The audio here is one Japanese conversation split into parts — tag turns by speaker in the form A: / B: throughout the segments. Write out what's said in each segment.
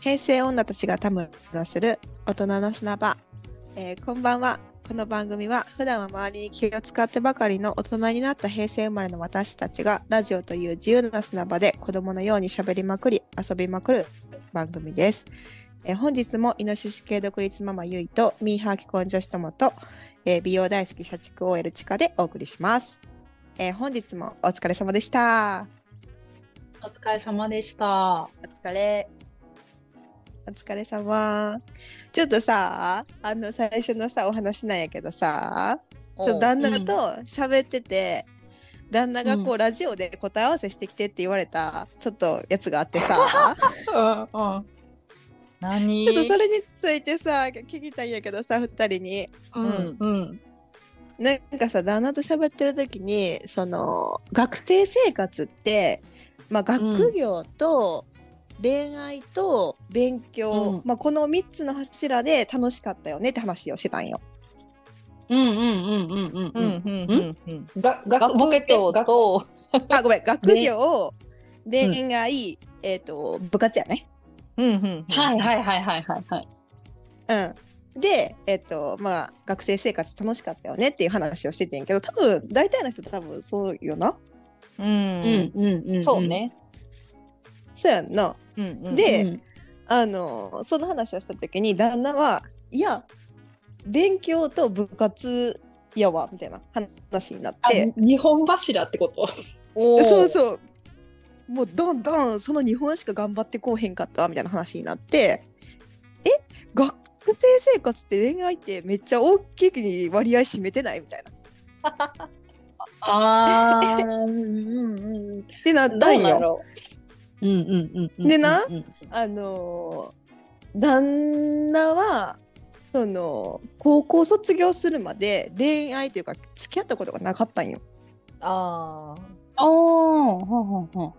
A: 平成女たちがたむろする大人の砂場、えーこんばんはこの番組は普段は周りに気を使ってばかりの大人になった平成生まれの私たちがラジオという自由な砂場で子供のように喋りまくり遊びまくる番組です、えー本日もイノシシ系独立ママゆいとミーハー既婚女子ともと、えー美容大好き社畜 OL ちかでお送りします、えー本日もお疲れ様でした
B: お疲れ様でした。
C: お疲れ。
A: お疲れ様。ちょっとさ、あの最初のさお話なんやけどさ、そう旦那と喋ってて、旦那がこう、ラジオで答え合わせしてきてって言われたちょっとやつがあってさ、
B: うんうん
C: 何
A: ちょっとそれについてさ聞きたいんやけどさ二人に。
B: うんうん
A: なんかさ旦那と喋ってる時にその学生生活って、まあ、学業と恋愛と勉強、
B: うん
A: まあ、この3つの柱で楽しかったよねって話をしてたんよ。
B: うんうんうんうん
C: う
B: うんん
C: うんうんうん。
B: うん。が学
C: 学
B: ボケて
C: 業
B: 学
C: と
A: あごめん学業、恋愛、えっ、と部活やね。
C: うんうん
B: はいはいはいはいはいはい。
A: うん、で、えっとまあ、学生生活楽しかったよねっていう話をしててんけど多分大体の人多分そうよな。
C: う
B: うんうんうん
C: うんん。そう。ね。
A: そうやんな。
C: うんうん
A: で
B: うん
A: あのその話をした時に旦那はいや勉強と部活やわみたいな話になっ
B: あ
A: て
B: 日本柱ってこと。
C: おー
A: そうそうもうどんどんその日本しか頑張ってこうへんかったわみたいな話になってえ学生生活って恋愛ってめっちゃ大きくに割合占めてないみたいな
B: ああ。うんうん。
A: ってなったんよ。
B: ろう。うんうんうんうん。
A: でな
B: うんうん
A: あのー旦那はその高校卒業するまで恋愛というか付き合ったことがなかったんよ。
C: あ
B: おお。ほうほうほう。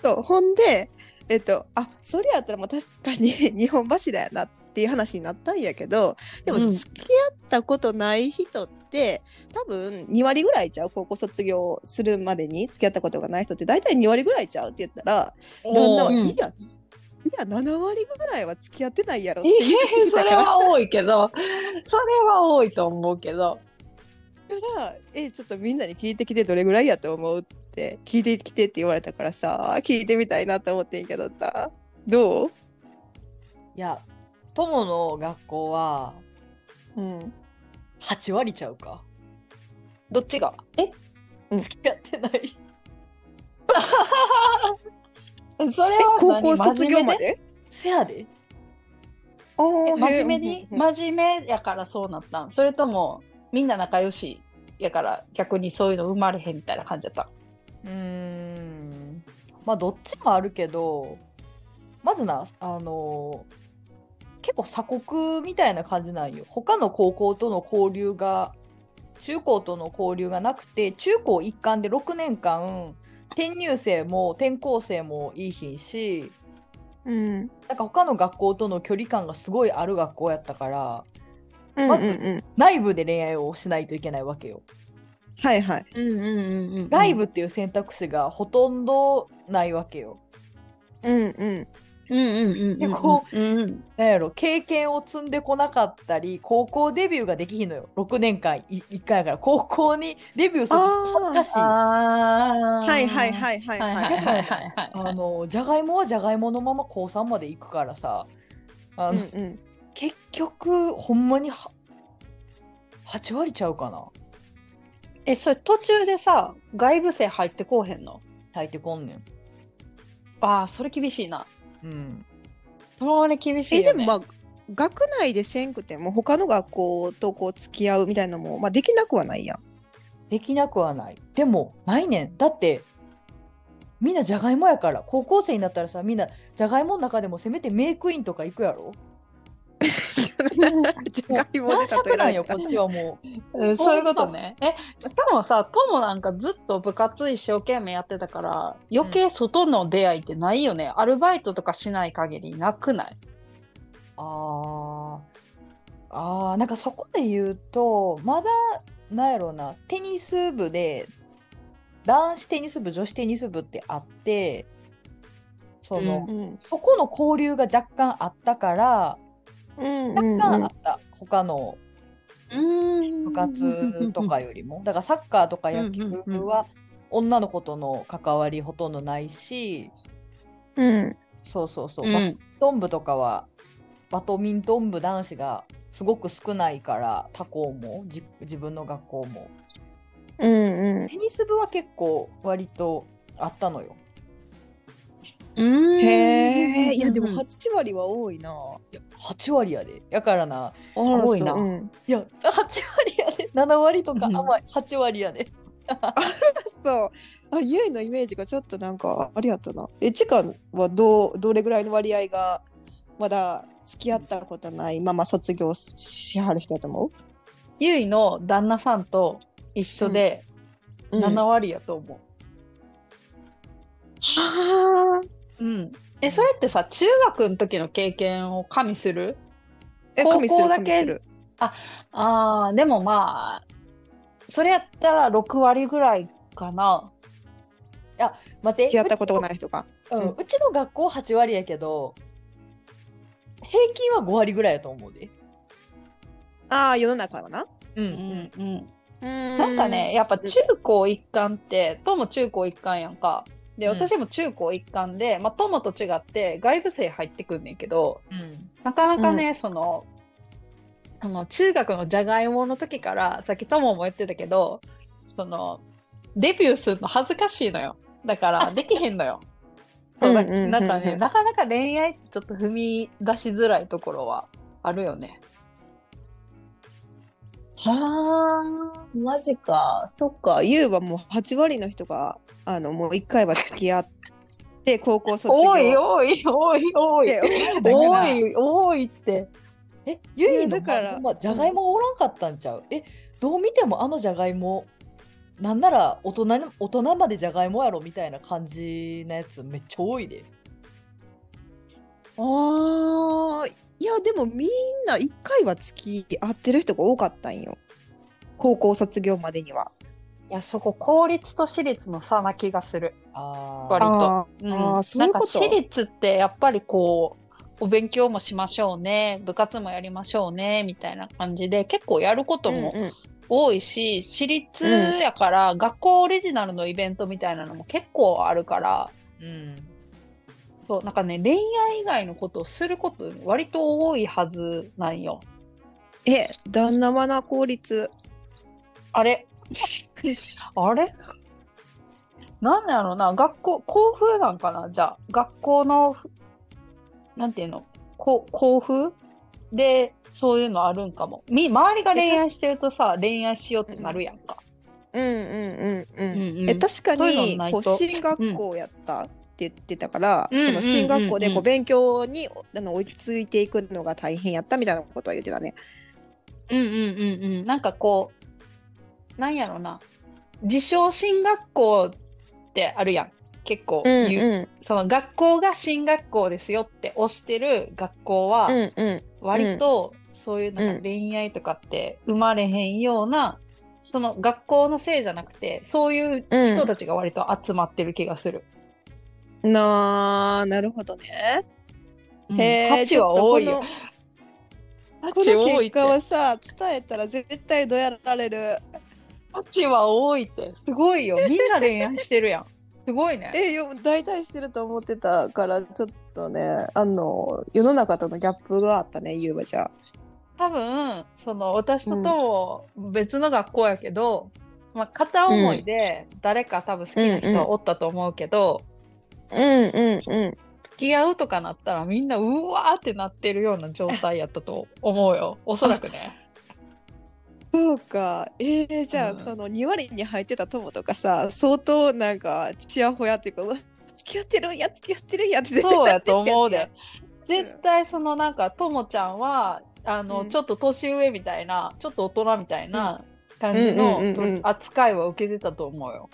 A: そうほんでえっとあそれやったらもう確かに 日本柱やなっていう話になったんやけどで
B: う
A: も
B: ん
A: 付き合ったことない人って、多分2割ぐらいちゃう高校卒業するまでに付き合ったことがない人って大体2割ぐらいちゃうって言ったら旦那は
B: う
A: 「
B: ん
A: いや、いや7割ぐらいは付き合ってないやろ」っ
B: え
A: て言ってき
B: そ
A: たか
B: れ
A: ら
B: は多いけど。それは多いと思うけど。
A: からえちょっとみんなに聞いてきてどれぐらいやと思う?」って「聞いてきて」って言われたからさ聞いてみたいなと思ってんけどさどう
C: あ。いや、友の学校は
A: うん
C: 八割ちゃうか。
B: どっちが。
C: 付き合ってない。
B: それは
A: え高
B: 何
A: 校卒業
B: 真面
A: ま
B: 目で
A: で
C: せやで。
A: あ
B: え
A: ーへ
B: 真
A: ー
B: 面目に
A: うんうんうん
B: 真面目やからそうなったんそれともみんな仲良しやから逆にそういうの生まれへんみたいな感じやった
C: うーん。まあどっちもあるけど、まずなあのー結構鎖国みたいな感じなんよ。他の高校との交流が中高との交流がなくて中高一貫で6年間転入生も転校生もいいひんし
A: うん
C: なんか他の学校との距離感がすごいある学校やったから
A: うん
C: まず
A: うんうん
C: 内部で恋愛をしないといけないわけよ。
A: はいはい
B: うんうんうん
C: 外部っていう選択肢がほとんどないわけよ。
A: うんうん
B: うんうんうん
C: でこ
B: う、うんうん、
C: なんやろ経験を積んでこなかったり高校デビューができひんのよ6年間い1回やから高校にデビューするの恥ずかしいあ
B: あー
A: はいはいはいはい
B: はい
A: は
B: は
A: い
B: いはいはいはい
C: のじゃがいもはじゃがいものまま高3まで行くからさあ
A: うん
C: の、
A: うん
C: 結局ほんまには8割ちゃうかな
B: えそれ途中でさ外部生入ってこうへんの
C: 入ってこんねん、
B: あーそれ厳しいな
C: うん、
B: そのまま厳しい
A: え
B: よ、ね、
A: でもまあ学内でせんくても他の学校とこう付き合うみたいなのもまあできなくはないやん
C: できなくはないでもないねんだってみんなじゃがいもやから高校生になったらさみんなじゃがいもの中でもせめてメイクインとか行くやろ
A: じゃがいもで
C: 男
A: 例え ら
C: 爵なん
A: れ
C: よ
A: た
C: こっちはもう。
B: うんそういうことね。え、しかもさ、友なんかずっと部活一生懸命やってたから、余計外の出会いってないよね。アルバイトとかしない限りなくない
C: あーあーなんかそこで言うとまだなんやろうなテニス部で男子テニス部女子テニス部ってあってその、
B: うん
A: うん
C: そこの交流が若干あったから
A: うん
C: 若
A: うん
C: 干あった、他の
B: うん
C: 部活とかよりもだからサッカーとか野球
B: うんうんうん
C: は女の子との関わりほとんどないし
A: うん
C: そうそうそう、
B: う
C: バド
B: ん
C: ミントン部とかはバドミントン部男子がすごく少ないから他校もじ自分の学校も
A: うん
C: テニス部は結構割とあったのよ
B: うん
A: うんへえいやでも
B: うん
A: 8割は多いな
C: 8割やでやからな
A: 多
B: いな
A: うん、
C: いや8割やで7割とか
B: うん
C: 甘い8割やで
A: そうあゆいのイメージがちょっとなんかあれやったなえちかはどうどれぐらいの割合がまだ付き合ったことないまま卒業しはる人やと思
B: ゆいの旦那さんと一緒で
A: う、
B: 7割やと思
A: はあ
B: う。うん。え、それってさ、中学の時の経験を加味する
A: え
B: 高校
A: 神する
B: だ
A: 神
B: け
A: する
B: ああ、でもまあ、それやったら6割ぐらいかな。
C: 待っ
A: 付
C: て
A: き合ったことがない人が
C: うん
A: うん
C: うちの学校8割やけど平均は5割ぐらいやと思うで。
A: ああ世の中はな
C: うん
B: うんうん。
A: な
B: なんかね、やっぱ中高一貫って、とも中高一貫やんか。で、
C: うん
B: 私も中高一貫で、まあ、ともと違って外部生入ってくんねんけど、
C: うん
B: なかなかね、その、あの、中学のじゃがいもの時から、さっきともも言ってたけど、その、デビューするの恥ずかしいのよ。だ から、できへんのよ。そうだ
A: うんうんうんうん
B: なんかね、なかなか恋愛ってちょっと踏み出しづらいところはあるよね。
A: はあマジかそっかゆうはもう8割の人があのもう1回は付き合って高校卒業
B: 多い、多い、多い、多
A: っ
B: い。
A: て思ってたから
B: 多い、多いって。
C: えゆいの
A: だから
C: まじゃがいもおらんかったんちゃうえどう見てもあのじゃがいもなんなら大人の大人までじゃがいもやろみたいな感じのやつめっちゃ多いで。
A: あーいやでもみんな1回は付き合ってる人が多かったんよ高校卒業までにはい
B: や、そこ、公立と私立の差な気がする。
C: あ
B: 割と
C: ー
A: あ
B: うん
A: あーそういうこと
B: なんか私立ってやっぱりこうお勉強もしましょうね部活もやりましょうねみたいな感じで結構やること
A: ー
B: も
A: うんうん
B: 多いし、私立やから学校オリジナルのイベントみたいなのも結構あるから
C: うん
B: そうなんかね恋愛以外のことをすること割と多いはずなんよ。
A: え旦那はな公立
B: あれあれなんやろな学校校風なんかなじゃあ学校のなんていうのこう校風でそういうのあるんかもみ周りが恋愛してるとさ恋愛しようってなるやんか、
A: うんうんうんう
B: うん
A: ん
B: うん
A: え確か
B: そういう
A: に
B: のない
A: ことう進学校やったって言ってたから、
B: うん
A: その進学校で
B: うんうんう
A: こう
B: んう
A: ん勉強にあの追いついていくのが大変やったみたいなことは言ってたね。
B: うんうんうんうんなんかこうなんやろな自称進学校ってあるやん結構、言うその学校が進学校ですよって推してる学校は、
A: んうん
B: 割とそういうなん
A: うん
B: か恋愛とかって生まれへんような、その学校のせいじゃなくてそういう人たちが割と集まってる気がする。
A: なあなるほどね。
B: うん
A: へ
B: 価
A: え
B: 値は多いよ。価
A: こ
B: 値
A: の
B: 多
A: 結
B: いって
A: 果はさ伝えたら絶対どやられる。
B: 価値は多いってすご いよみんな恋愛してるやん。すごいね。
A: えよ大体してると思ってたからちょっとねあの世の中とのギャップがあったねゆうばちゃん。
B: 多分その私ととも別の学校やけど、まあ、片思いで誰か多分好きな人はおったと思うけど、
A: うんうんうん。
B: 付き合うとかなったらみんなうわーってなってるような状態やったと思うよおそらくね
A: そうか、えー、じゃあ、
B: うん
A: その2割に入ってた友とかさ相当なんかちやほやっていうかうわ付き合ってるんや付き合ってるんやって絶対
B: そうや
A: 喋っ
B: と
A: てる
B: 思
A: や
B: うで
A: つ
B: 絶対そのなんかともちゃんはあの、
A: うん
B: ちょっと年上みたいなちょっと大人みたいな感じ
A: うんうんうんうん
B: の扱いは受けてたと思うよ、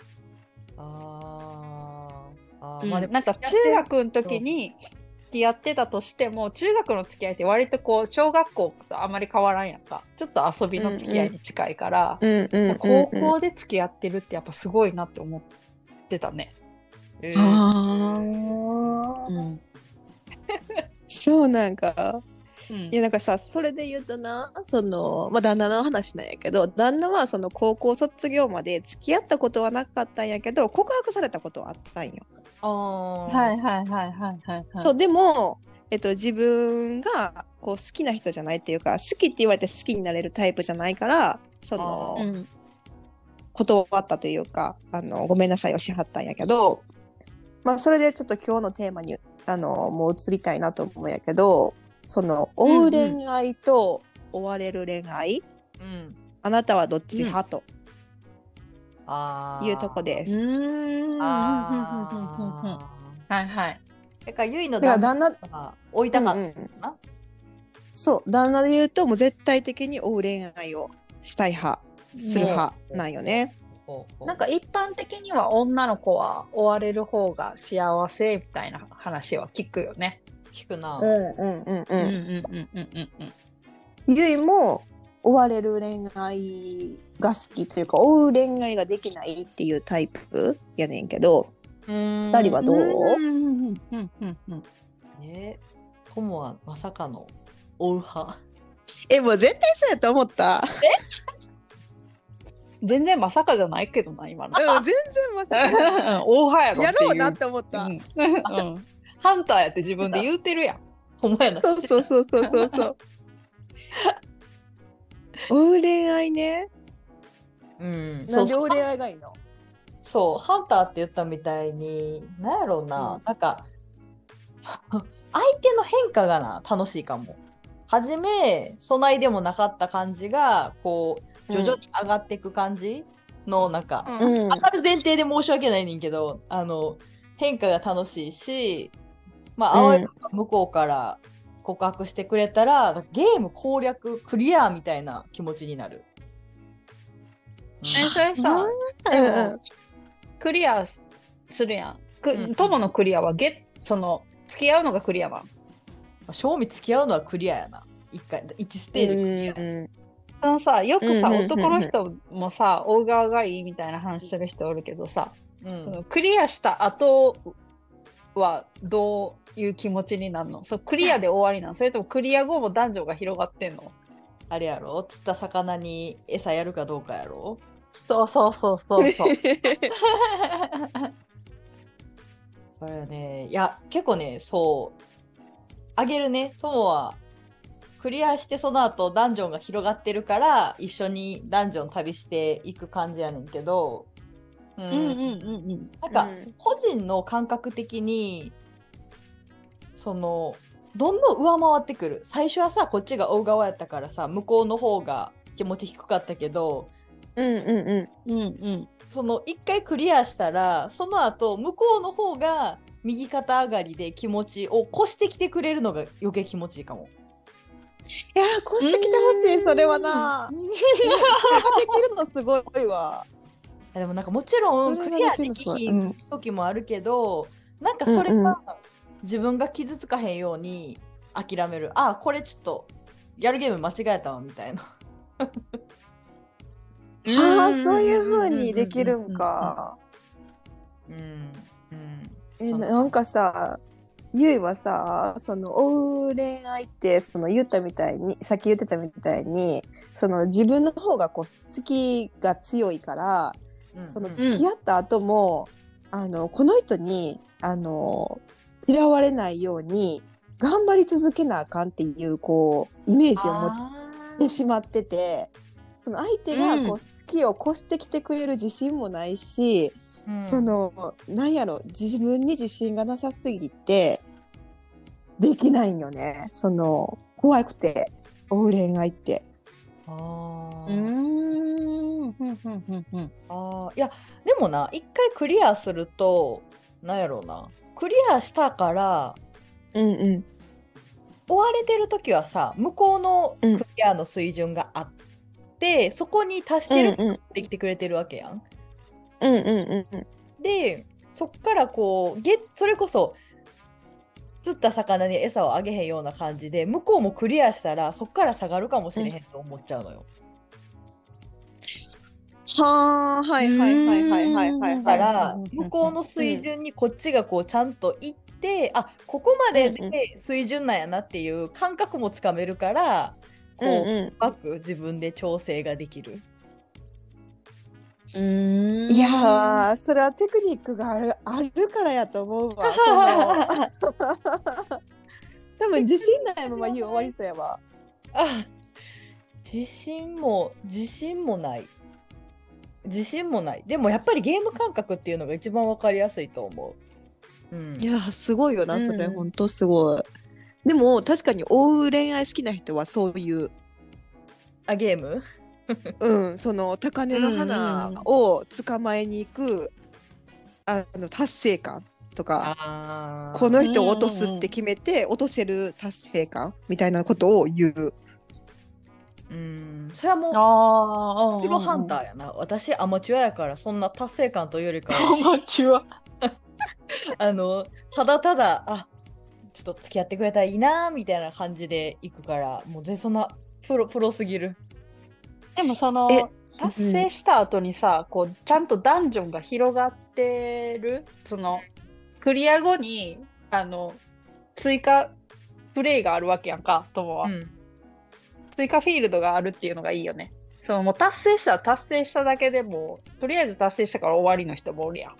C: あーあ
B: う
C: ー
B: ん
C: まあでも
B: なんか中学の時に付き合ってたとしても中学の付き合いって割とこう小学校とあまり変わらんやんかちょっと遊びの付き合いに近いか
A: や
B: ら、
A: うんうんうんうん
B: 高校で付き合ってるってやっぱすごいなって思ってたね
C: えー
A: あ
B: う
A: あ、うん、そうなんか
B: ん
A: いやなんかさそれで言うとなその、まあ、旦那の話なんやけど旦那はその高校卒業まで付き合ったことはなかったんやけど告白されたことはあったんよ。
C: あー
B: はいはいはいはいはいはい。
A: そうでも、えっと、自分がこう好きな人じゃないっていうか好きって言われて好きになれるタイプじゃないからその、
C: あー
B: ん。
A: 断ったというかあのごめんなさいをしはったんやけど、まあ、それでちょっと今日のテーマにあのもう移りたいなと思うんやけどその追う恋愛と追われる恋愛、
C: うん
A: あなたはどっち派と
C: あー
A: いうとこです。
B: うん。は
C: あー
B: いはい。
C: だからゆいの
A: だから
C: 旦那
A: 旦那
C: が置いたかった、
A: うんうんそう旦那で言うともう絶対的に追う恋愛をしたい派する派なんよね。
C: ほうほう
B: なんか一般的には女の子は追われる方が幸せみたいな話は聞くよね。
C: 聞くな、
A: うんうんうんう
B: うん
A: ん。
B: うんうんうんうん。
A: ゆいも追われる恋愛が好きというか追う恋愛ができないっていうタイプやねんけど
C: 二
A: 二人はどう
B: うんうんうんうんうん。
C: えー、トモはまさかの追う派
A: えもう絶対そうやと思 った、
B: 全然まさかじゃないけどな、今の。
A: うん、全
B: 大
A: 然まさか
B: 派やろって
A: やろ
B: いう。
A: うなって思った、
B: うん。うんハンターやって自分で言うてるやん。
C: ほんまやな
A: そうそうそうそうそうそう 追う恋愛ね
C: うん
A: なんで追う恋愛がいいの
C: そうハンターって言ったみたいになんやろう
A: う
C: な、
A: ん
C: なんか その相手の変化がな楽しいかも。初め備えでもなかった感じがこう徐々に上がっていく感じのなんか、
A: うん、うん
C: 上がる前提で申し訳ないねんけどあの変化が楽しいしまあ
A: うん
C: 葵が向こうから告白してくれたら、ゲーム攻略クリアみたいな気持ちになる。
B: えそれさ、
A: うん
B: クリアするやん。
C: うん
B: く友のクリアはゲッその付き合うのがクリアは。
C: まあ正味付き合うのはクリアやな一回一ステージク
A: う
C: リア、
A: ん
B: そのさよくさ、
A: うんうんうんうん
B: 男の人もさ追う側がいいみたいな話する人おるけどさ、
C: うん
B: そのクリアした後はどういう気持ちになるのそうクリアで終わりなのそれともクリア後も男女が広がってんの
C: あれやろ釣った魚に餌やるかどうかやろ
B: そうそうそうそうそう。
C: それはねいや結構ねそうあげるね友はクリアしてその後ダンジョンが広がってるから一緒にダンジョン旅していく感じやねんけど、う
B: う
C: ん
B: んうんうんうん。
C: なんか、個人の感覚的にそのどんどん上回ってくる最初はさこっちが追う側やったからさ向こうの方が気持ち低かったけど
A: うんうんうん
B: うんうん。
C: その一回クリアしたらその後向こうの方が右肩上がりで気持ちを越してきてくれるのが余計気持ちいいかも。
A: いやーこうしてきてほしいそれはなそれができるのすごいわ
C: あでもなんかもちろんクリアできひん
A: ん
C: 時もあるけど、なんかそれ
A: うんうん
C: が自分が傷つかへんように諦める、あこれちょっとやるゲーム間違えたわみたいな。
A: ああそういう風にできるんか。
C: うんうん
A: えなんかさゆいはさその追う恋愛ってその言ったみたいにさっき言ってたみたいにその自分の方がこう好きが強いからその付き合った後も、あのこの人にあの嫌われないように頑張り続けなあかんっていうこうイメージを持っってしまっててその相手が
B: うん
A: こう好きを越してきてくれる自信もないし、そのなんやろ自分に自信がなさすぎてできないんよねその怖くて追う恋愛って。
C: あ
B: うーん。ふんふんふんふん
C: あーいやでもな一回クリアするとなんやろうなクリアしたから
A: うんうん
C: 追われてる時はさ向こうの
A: うん
C: クリアの水準があって、そこに達してるっ
A: うん
C: てきてくれてるわけやん。
A: うんうんうん
C: でそっからこうゲそれこそ釣った魚に餌をあげへんような感じで向こうもクリアしたらそっから下がるかもしれへんと思っちゃうのよ。
A: はあ、はいはいはいはいはいはいはい。
C: だか
B: う
C: ら
B: んうんうん
C: 向こうの水準にこっちがこうちゃんと行って、あここまでで水準なんやなっていう感覚もつかめるからこう,、
A: うんうん
C: うまく自分で調整ができる。
B: うん
A: いやーそれはテクニックがあるあるからやと思う わ。その多分自信ないまま言う終わりそうやわ。
C: あ自信も自信もない自信もないでもやっぱりゲーム感覚っていうのが一番わかりやすいと思う。うん
A: いやーすごいよなそれ、
C: うん
A: ほんとすごい。でも確かに追う恋愛好きな人はそういう、
C: あゲーム
A: うん、その高嶺の花を捕まえに行く、あの達成感とか
C: あ
A: この人を落とすって決めて落とせる達成感みたいなことを言う。
C: うんそれはもう
B: ああ
C: プロハンターやな私アマチュアやからそんな達成感というよりかは
B: ーアマチュア
C: あのただただあちょっと付き合ってくれたらいいなみたいな感じで行くからもう全然そんなプロプロすぎる
B: でもその
A: え
B: 達成した後にさ、こうちゃんとダンジョンが広がってるそのクリア後にあの追加プレイがあるわけやんか友は、
C: うん
B: 追加フィールドがあるっていうのがいいよねそのもう達成したら達成しただけでもうとりあえず達成したから終わりの人もおるやん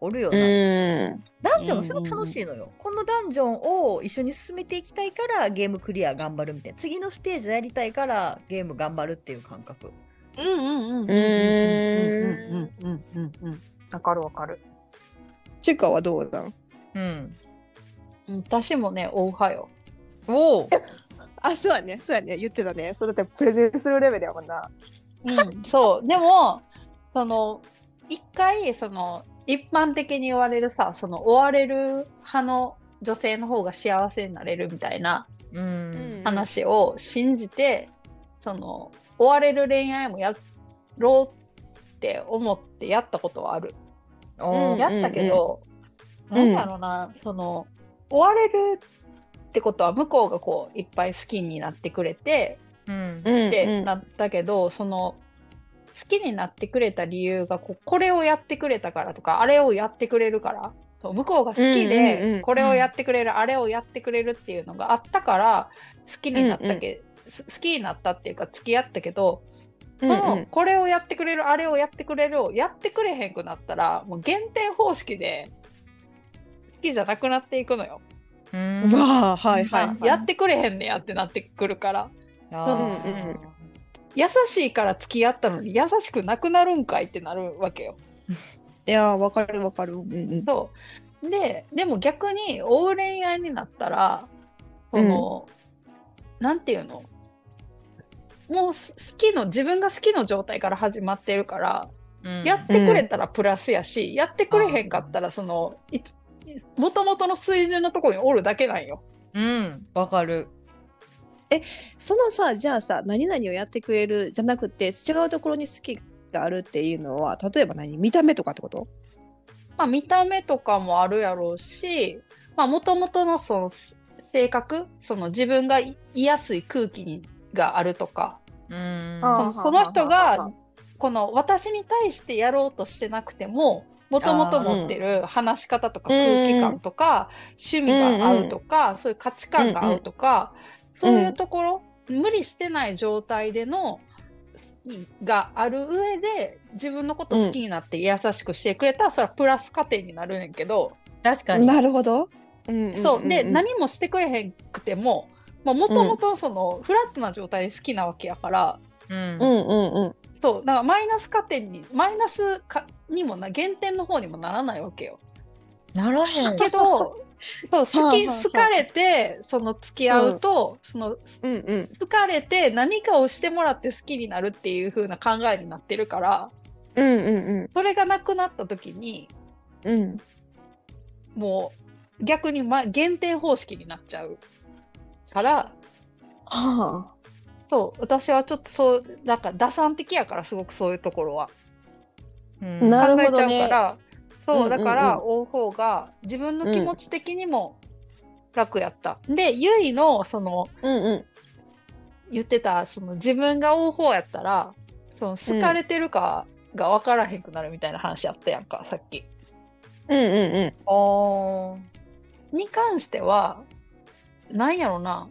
C: おるよな、
A: うん
C: ダンジョンもそれが楽しいのよ、このダンジョンを一緒に進めていきたいからゲームクリア頑張るみたいな次のステージやりたいからゲーム頑張るっていう感覚
B: うんうんうん
A: うんうん
B: うんうんうんうんわかるわかる
A: チカはどうなん
C: うん
B: 私もねおうはよ
C: おお
A: あ、そうやね、そうやね、言ってたね。そうだってプレゼンするレベルやもんな。
B: うん、そうでもその一回その一般的に言われるさその追われる派の女性の方が幸せになれるみたいな
C: うん
B: 話を信じて、その追われる恋愛もやろうって思ってやったことはある、
C: お
A: うん
C: ー
B: やったけど、
A: うんうん
B: なんだろうなその追われるってことは向こうがこういっぱい好きになってくれて
C: うん
B: ってなったけど、その好きになってくれた理由がこうこれをやってくれたからとかあれをやってくれるからそう向こうが好き
A: う
B: で、
A: んうんうん
B: これをやってくれる、あれをやってくれるっていうのがあったから好きになったけ、す好きになったっていうか付き合ったけど、
A: うん
B: そのこれをやってくれるあれをやってくれるをやってくれへんくなったらもう減点方式で好きじゃなくなっていくのよ、
C: うん
A: うんわあ、はいはい
B: あ
A: はい。
B: やってくれへんねやってなってくるから
C: あー
A: うんうん
B: 優しいから付き合ったのに優しくなくなるんかいってなるわけよ。
A: いやー、わかるわかる。うんうん
B: そうででも逆に追う恋愛になったらその、なんていうのもうす好きの自分が好きの状態から始まってるから、
C: うん
B: やってくれたらプラスやしやってくれへんかったらそのもともとの水準のところにおるだけなんよ。
C: うんわかる
A: そのさ、じゃあさ、何々をやってくれるじゃなくて、違うところに好きがあるっていうのは、例えば何見た目とかってこと
B: まあ、見た目とかもあるやろうし、まあ、もともとのそのす性格、その自分がいいやすい空気にがあるとか、
C: うん
B: そ
A: あ
B: の
A: ー
B: その人
A: はあはあはあ
B: が、この私に対してやろうとしてなくても、もともと持ってる話し方とか
A: うん
B: 空気感とか、趣味が合うとか、そういう価値観が合うとか、
A: うんうん
B: そういうところ、無理してない状態での、がある上で自分のこと好きになって優しくしてくれたら、それはプラス加点になるねんけど、
C: 確かに
A: なるほど。うん
B: そうで、
A: 何
B: 何もしてくれへんくてももともとその、フラットな状態で好きなわけやから
C: うん
A: うんうんうん。
B: そうだからマイナス加点にマイナスかにもな減点の方にもならないわけ よ。
C: ならへん
B: けどそう好き
A: はあはあはあ
B: 好かれてその付き合うと、その
A: うんうん。
B: 好かれて何かをしてもらって好きになるっていう風な考えになってるから
A: うんうん
B: それがなくなった時に
A: うん。うん。
B: もう逆に、ま、減点方式になっちゃうから。
A: は
B: そう私はちょっとそうなんか打算的やからすごくそういうところは
C: うん
A: なるほどね
B: 考えちゃうからそう、
A: うんうんうん
B: だから追う方が自分の気持ち的にも楽やった、でゆいのその
A: あ。うんうん。
B: 言ってたその自分が追う方やったらその好かれてるか、が分からへんくなるみたいな話あったやんかさっき。
A: うんうんうん。
C: あー
B: に関してはなんやろな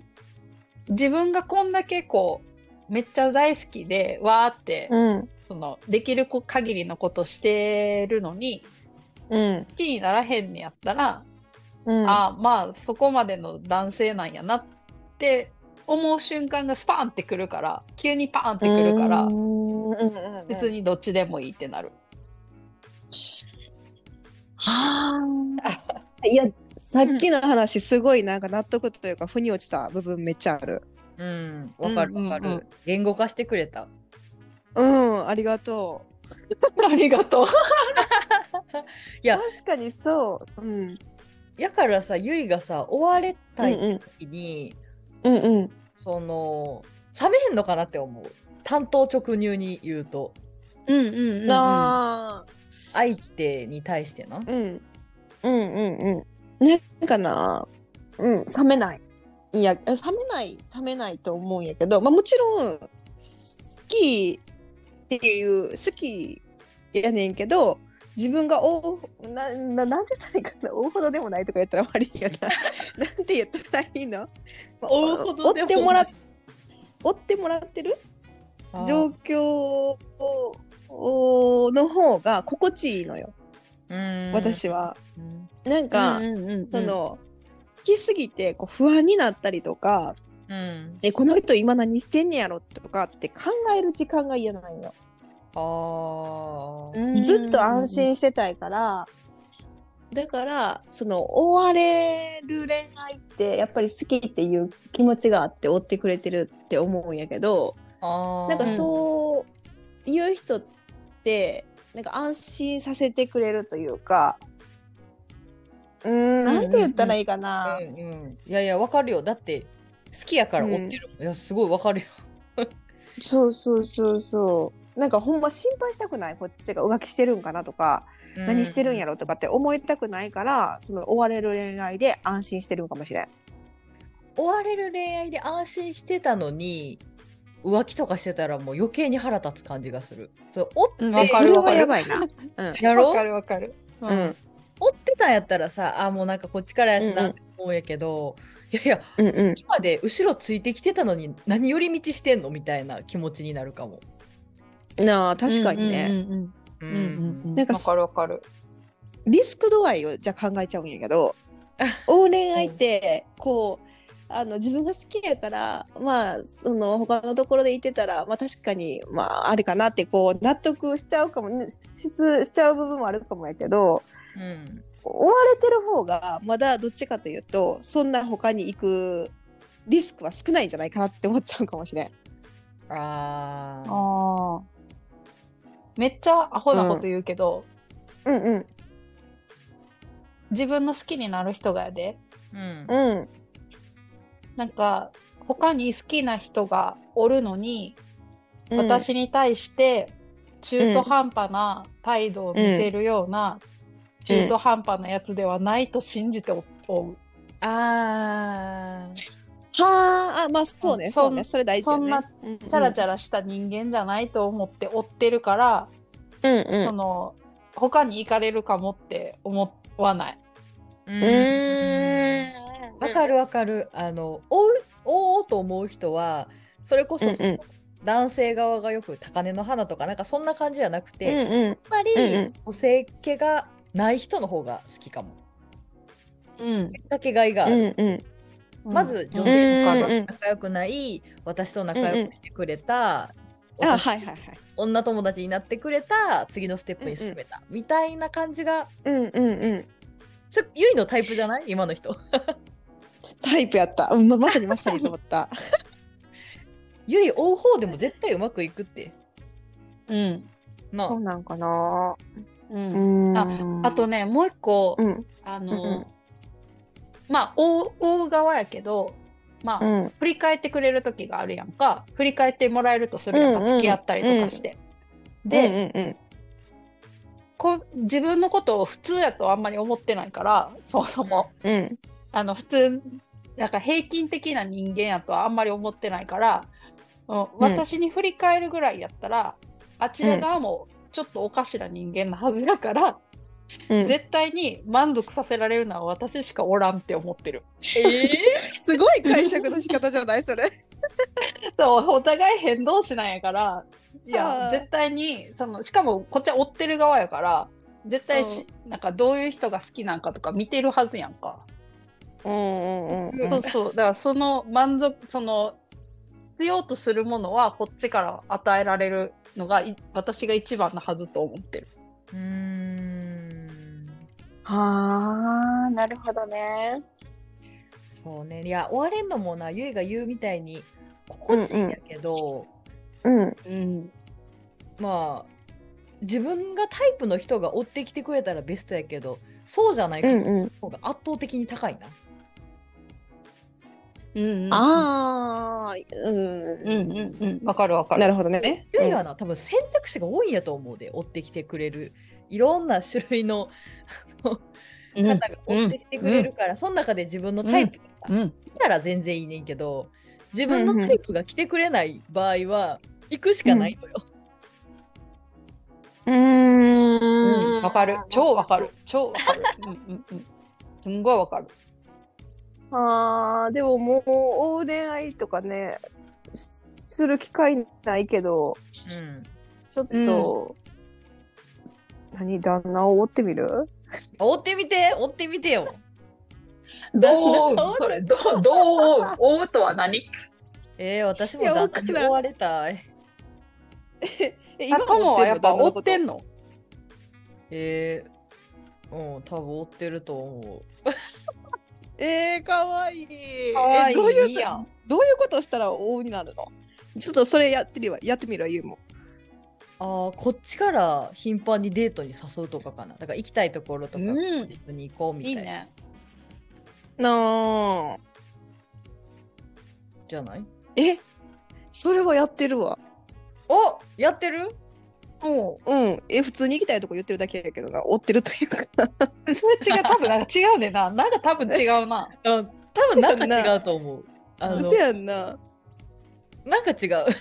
B: 自分がこんだけこうめっちゃ大好きでわーって、
A: うん
B: そのできる限りのことしてるのに
A: うん
B: 好きにならへんねやったら、
A: うん。
B: あーまあそこまでの男性なんやなって思う瞬間がスパーンってくるから急にパーンってくるから
A: うーんうんうんうん、
B: 別にどっちでもいいってなる。
A: はあ。いや、さっきの話、すごいなんか納得というか、腑に落ちた部分めっちゃある。
C: うんわかるわかる、
B: うんうんうん
C: 言語化してくれた
A: うん、ありがとう。
B: ありがとう。
C: いや
A: 確かにそう。うん。
C: やからさゆいがさ追われたい
A: うん
C: 時に、
A: うん。うんうん。
C: その冷めへんのかなって思う単刀直入に言うと
B: うんうんうん。
A: なあ。
C: 相手に対してな
A: うん。うんうんうん。ね、なんかな。うん、冷めない。いや、え冷めない、冷めないと思うんやけど、まあ、もちろん。好き。っていう、好き。やねんけど。自分がおなななんて言ったらいいかな大ほどでもないとか言ったら悪いやな なんて言ったらいいの、まあ
C: 追うほどでもな
A: 追ってもら
C: い
A: 追ってもらってる状
C: 上
A: 況ををの方が心地いいのよ、私は。なんか、
B: うんうんうん
A: その好きすぎてこう不安になったりとか、
C: うん
A: えこの人今何してんねやろとかって考える時間が嫌なんよ。
C: あー
B: うん
A: ずっと安心してたいからだからその追われる恋愛ってやっぱり好きっていう気持ちがあって追ってくれてるって思うんやけど、
C: あー
A: なんかそういう人ってなんか安心させてくれるというかうーんなんて言ったらいいかな、
C: うんうんいやいやわかるよだって好きやから追ってるもん、いやすごいわかるよ
A: そうそうそうそうなんかほんま心配したくないこっちが浮気してるんかなとか、何してるんや
C: ろ
A: ろとかって思いたくないからその追われる恋愛で安心してるんかもしれん
C: 追われる恋愛で安心してたのに浮気とかしてたらもう余計に腹立つ感じがするそれ追って、
B: うん
A: で
B: わか
A: そ
B: る
A: れ
B: わか
A: は
B: る
A: やばいなうん
C: やろ
B: わかるわかる。う
A: うん
C: 追ってたんやったらさあーもうなんかこっちからやし
A: うん
C: な
A: う
C: っ
A: ん
C: て思うんやけど、いやいや
A: うんうん
C: 今で後ろついてきてたのに何寄り道してんのみたいな気持ちになるかも。
A: なあ確かにね、
B: うんうん
C: う
B: うんうんうんうん。
A: なんか
B: わかるわかる。
A: リスク度合いをじゃあ考えちゃうんやけ ど大恋愛ってこうあの自分が好きやからまあその他のところで言ってたら、まあ、確かに、まあ、あれかなってこう納得しちゃうかもねししちゃう部分もあるかもやけど
C: うん
A: 追われてる方がまだどっちかというとそんな他に行くリスクは少ないんじゃないかなって思っちゃうかもしれん。
C: あー
B: ああ。めっちゃアホなこと言うけど、
A: うんうん
B: 自分の好きになる人がやで。
C: うん
A: うん
B: なんか他に好きな人がおるのに、
A: うん
B: 私に対して中途半端な態度を見せるような、中途半端なやつではないと信じておおう。
C: あー
A: はああまあそうね
B: そん
A: そうねそれ大事よね。
B: そチャラチャラした人間じゃないと思って追ってるから、
A: うんうん
B: その他に行かれるかもって思わない。
C: うん
A: う
C: わかるわかる。あの追う追おうと思う人はそれこそ
A: うんうん
C: 男性側がよく高嶺の花とかなんかそんな感じじゃなくて、やっ
A: んうん
C: ぱり
A: うんうん
C: 補正気がない人の方が好きかも。
B: うん、
C: かけがいがある。
A: うんうん
C: まず女
A: うん
C: 性
A: わかる
C: と仲良くない、私と仲良くしてくれた、
A: あ
C: 私
A: はいはいはい
C: 女友達になってくれた次のステップに進めた、みたいな感じが
A: うんうんうん
C: ちょゆいのタイプじゃない今の人
A: タイプやったうんままさにまさにと思った
C: ゆい追う方でも絶対うまくいくって
B: うん、
C: なあ
A: なんかな
B: う、
A: うんん
B: あとねもう一個、
A: うん
B: あの、
A: うんうん
B: まあ追う追う側やけどまあ、
A: うん
B: 振り返ってくれる時があるやんか振り返ってもらえるとするやんか、
A: うんうん
B: 付き合ったりとかして、
A: で
B: で、
A: うん
B: こ自分のことを普通やとあんまり思ってないから そのも
A: うんうん
B: あの普通なんか平均的な人間やとはあんまり思ってないから、うん、私に振り返るぐらいやったらあちら側もちょっとおかしな人間なはずだから、
A: うん
B: 絶対に満足させられるのは私しかおらんって思ってる。
C: え
A: すごい解釈の仕方じゃないそれ。
B: そうお互い変動詞なんやからい
A: あ
B: や
A: ー
B: 絶対にそのしかもこっちは追ってる側やから絶対し、なんかどういう人が好きなんかとか見てるはずやんか、
A: うんうんうん
B: そうそうだからその満足その必要とするものはこっちから与えられるのがい私が一番のはずと思ってる
C: うーん
A: はあなるほどね。
C: そうねいや追われんのもなゆいが言うみたいに心地いいんやけど、
A: うん
B: うん
C: まあ自分がタイプの人が追ってきてくれたらベストやけどそうじゃない確率の
A: ん。
C: 方が圧倒的に高いな。
B: うんうん
A: ああうん
B: うんうんうんわかるわかる
A: なるほどね。
C: ゆいはな多分選択肢が多いんやと思うで追ってきてくれるいろんな種類のあの
B: う
C: 方
B: ん
C: が追ってきてくれるから、その中で自分のタイプがさ、
B: うん
C: 来たら全然いいねんけど自分のタイプが来てくれない場合は行くしかないのよ。
A: うん。
B: うんわかる超わかる超わかるうんうんうんすんごいわかる
A: あーでももう大恋愛とかねすする機会ないけど
C: うん
A: ちょっと、何旦那を追ってみる
C: 追ってみて追ってみてよ。
B: どう
C: どう
B: それどうどう追うとは何
C: えー、私も
A: いや
C: 旦那に
A: わからん
C: 追われたい。
A: え
B: あかもはやっぱ追ってんの
C: えー、うん多分追ってると思
A: えー、かわいい
B: かわい
A: えどういう
B: いいやん
A: どういうことしたら追うになるのちょっとそれやってるわやってみるわゆうも
C: う。ああこっちから頻繁にデートに誘うとかかな。だから行きたいところとか
B: うん
C: デートに行こうみた
B: い
C: い
B: い
C: な、
B: ね
A: なあ
C: じゃない？
A: えそれはやってるわ
C: おやってる？
B: も
A: うんえ普通に行きたいとこ言ってるだけやけどな追ってるというか
B: うそれ違う多分なんか違うねんななんか多分違うな
C: あ多分なんか違うと思う。あの
A: 嘘やんな
C: なんか違う。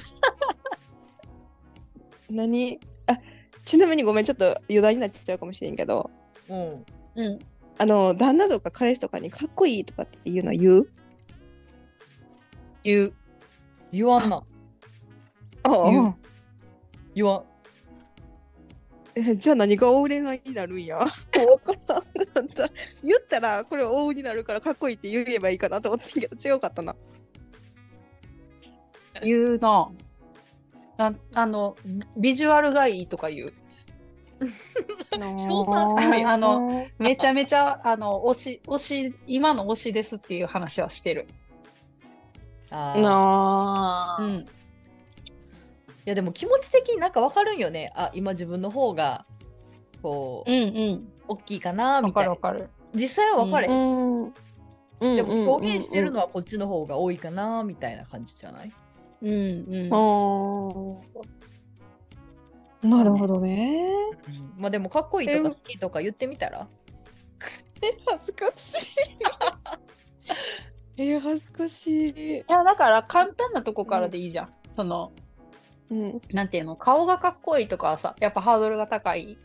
A: 何あちなみにごめんちょっと余談になっちゃうかもしれんけど
C: うん。
B: うん
A: あの旦那とか彼氏とかにかっこいいとかっていうの言う
B: 言う
C: 言わんな。
A: あ
C: 言う言わん。
A: えじゃあ何が大恋愛になるんや分からんなんだ言ったらこれ大になるからかっこいいって言えばいいかなと思ってんけど違うかったな
B: 言うななあのビジュアルがいいとか言う
C: 称賛してるやん
B: あのめちゃめちゃあの推し推し今の推しですっていう話はしてる
C: あー
A: な
B: う
A: あ
B: ん
C: いやでも気持ち的になんかわかるんよね。あ今自分の方がこう、
B: うんうん
C: 大きいかな
B: わ
C: み
B: か
C: たい
B: るわ
C: な。
B: かる
C: 実際は分かれへん。
A: ん
C: でも表現してる
A: の
C: のはこっちの方が多いかなみたいな感じじゃない
B: うんうん
A: なるほどね
C: まあでもかっこいいとか好きとか言ってみたら
A: 恥ずかしいえ恥ずかしい、
B: いやだから簡単なとこからでいいじゃん、その
A: うん、うん
B: なんていうの顔がかっこいいとかはさやっぱハードルが高い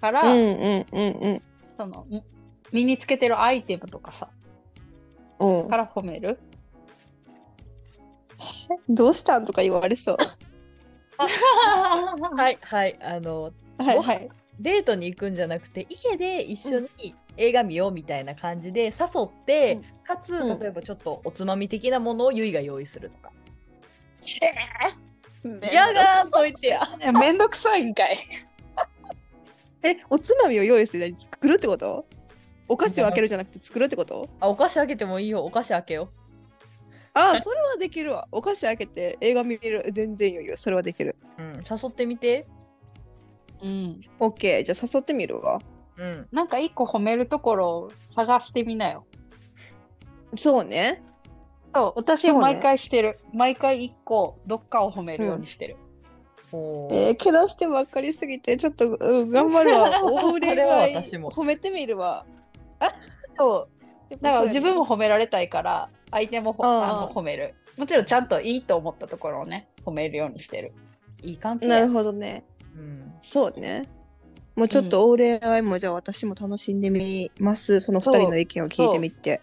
B: から、
A: うんうん
B: そのん身につけてるアイテムとかさ
A: うん
B: から褒 める
A: どうしたんとか言われそう
B: は
C: はいいはいあの
A: はいはい
C: デートに行くんじゃなくて家で一緒に映画見ようみたいな感じで誘って、
A: うん
C: かつ
A: うん
C: 例えばちょっとおつまみ的なものをゆいが用意するとか「
A: い
C: 嫌だ!」と言ってや
B: いやめんどくさいんかい
A: えおつまみを用意して何作るってことお菓子を開けるじゃなくて作るってこと
C: あお菓子あげてもいいよお菓子開けよ
A: ああそれはできるわお菓子開けて映画見れる全然余裕それはできる
C: う、うん、誘ってみて
B: うん、
A: オッケーじゃあ誘ってみるわ
C: うん
B: なんか一個褒めるところを探してみなよ
A: そうね
B: そう私
A: そうね
B: 毎回してる、毎回一個どっかを褒めるようにしてる、
C: おー
A: えー、けなしてばっかりすぎてちょっと、うん、頑張るわ大
C: そ
A: 売
C: れは
A: れ
C: 私も
A: 褒めてみるわ
B: そう
A: やっぱ
B: だ
A: そう
B: から
A: やね
B: 自分も褒められたいから相手もほ
A: あ
B: あ
A: あ
B: の褒めるもちろんちゃんといいと思ったところをね褒めるようにしてる
C: いい関係
A: な
C: や
A: るほどね
C: うん
A: そうね。もうちょっとオーレアイも、じゃあ私も楽しんでみます。その二人の意見を聞いてみて。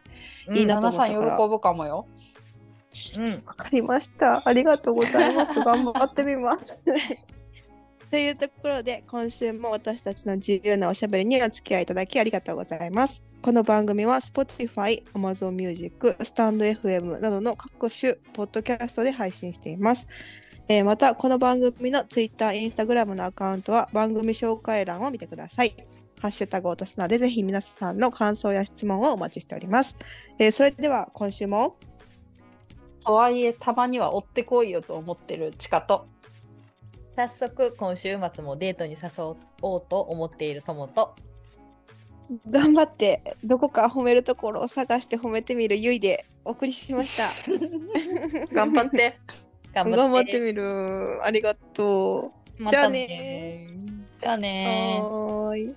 A: いいな
B: 旦
A: と
B: 那
A: 思った
B: さん喜
A: から
B: ぶかもよ。
C: うん
A: わかりました。ありがとうございます。頑張ってみます。 というところで、今週も私たちの自由なおしゃべりにお付き合いいただきありがとうございます。この番組は Spotify、Amazon Music、StandFM などの各種ポッドキャストで配信しています。えーまた、この番組の Twitter、Instagram のアカウントは番組紹介欄を見てください。ハッシュタグを落とすので、ぜひ皆さんの感想や質問をお待ちしております。えーそれでは、今週も
B: とはいえ、たまには追ってこいよと思ってるチカと。
C: 早速今週末もデートに誘おうと思っている友と
A: 頑張ってどこか褒めるところを探して褒めてみるゆいでお送りしました。
B: 頑張って。
C: 頑
A: 頑張
C: 張
A: っ
C: ってて
A: みる。ありがとう。
C: ま
A: じゃあ
C: た
A: ね
B: じゃあねー。
A: はーい。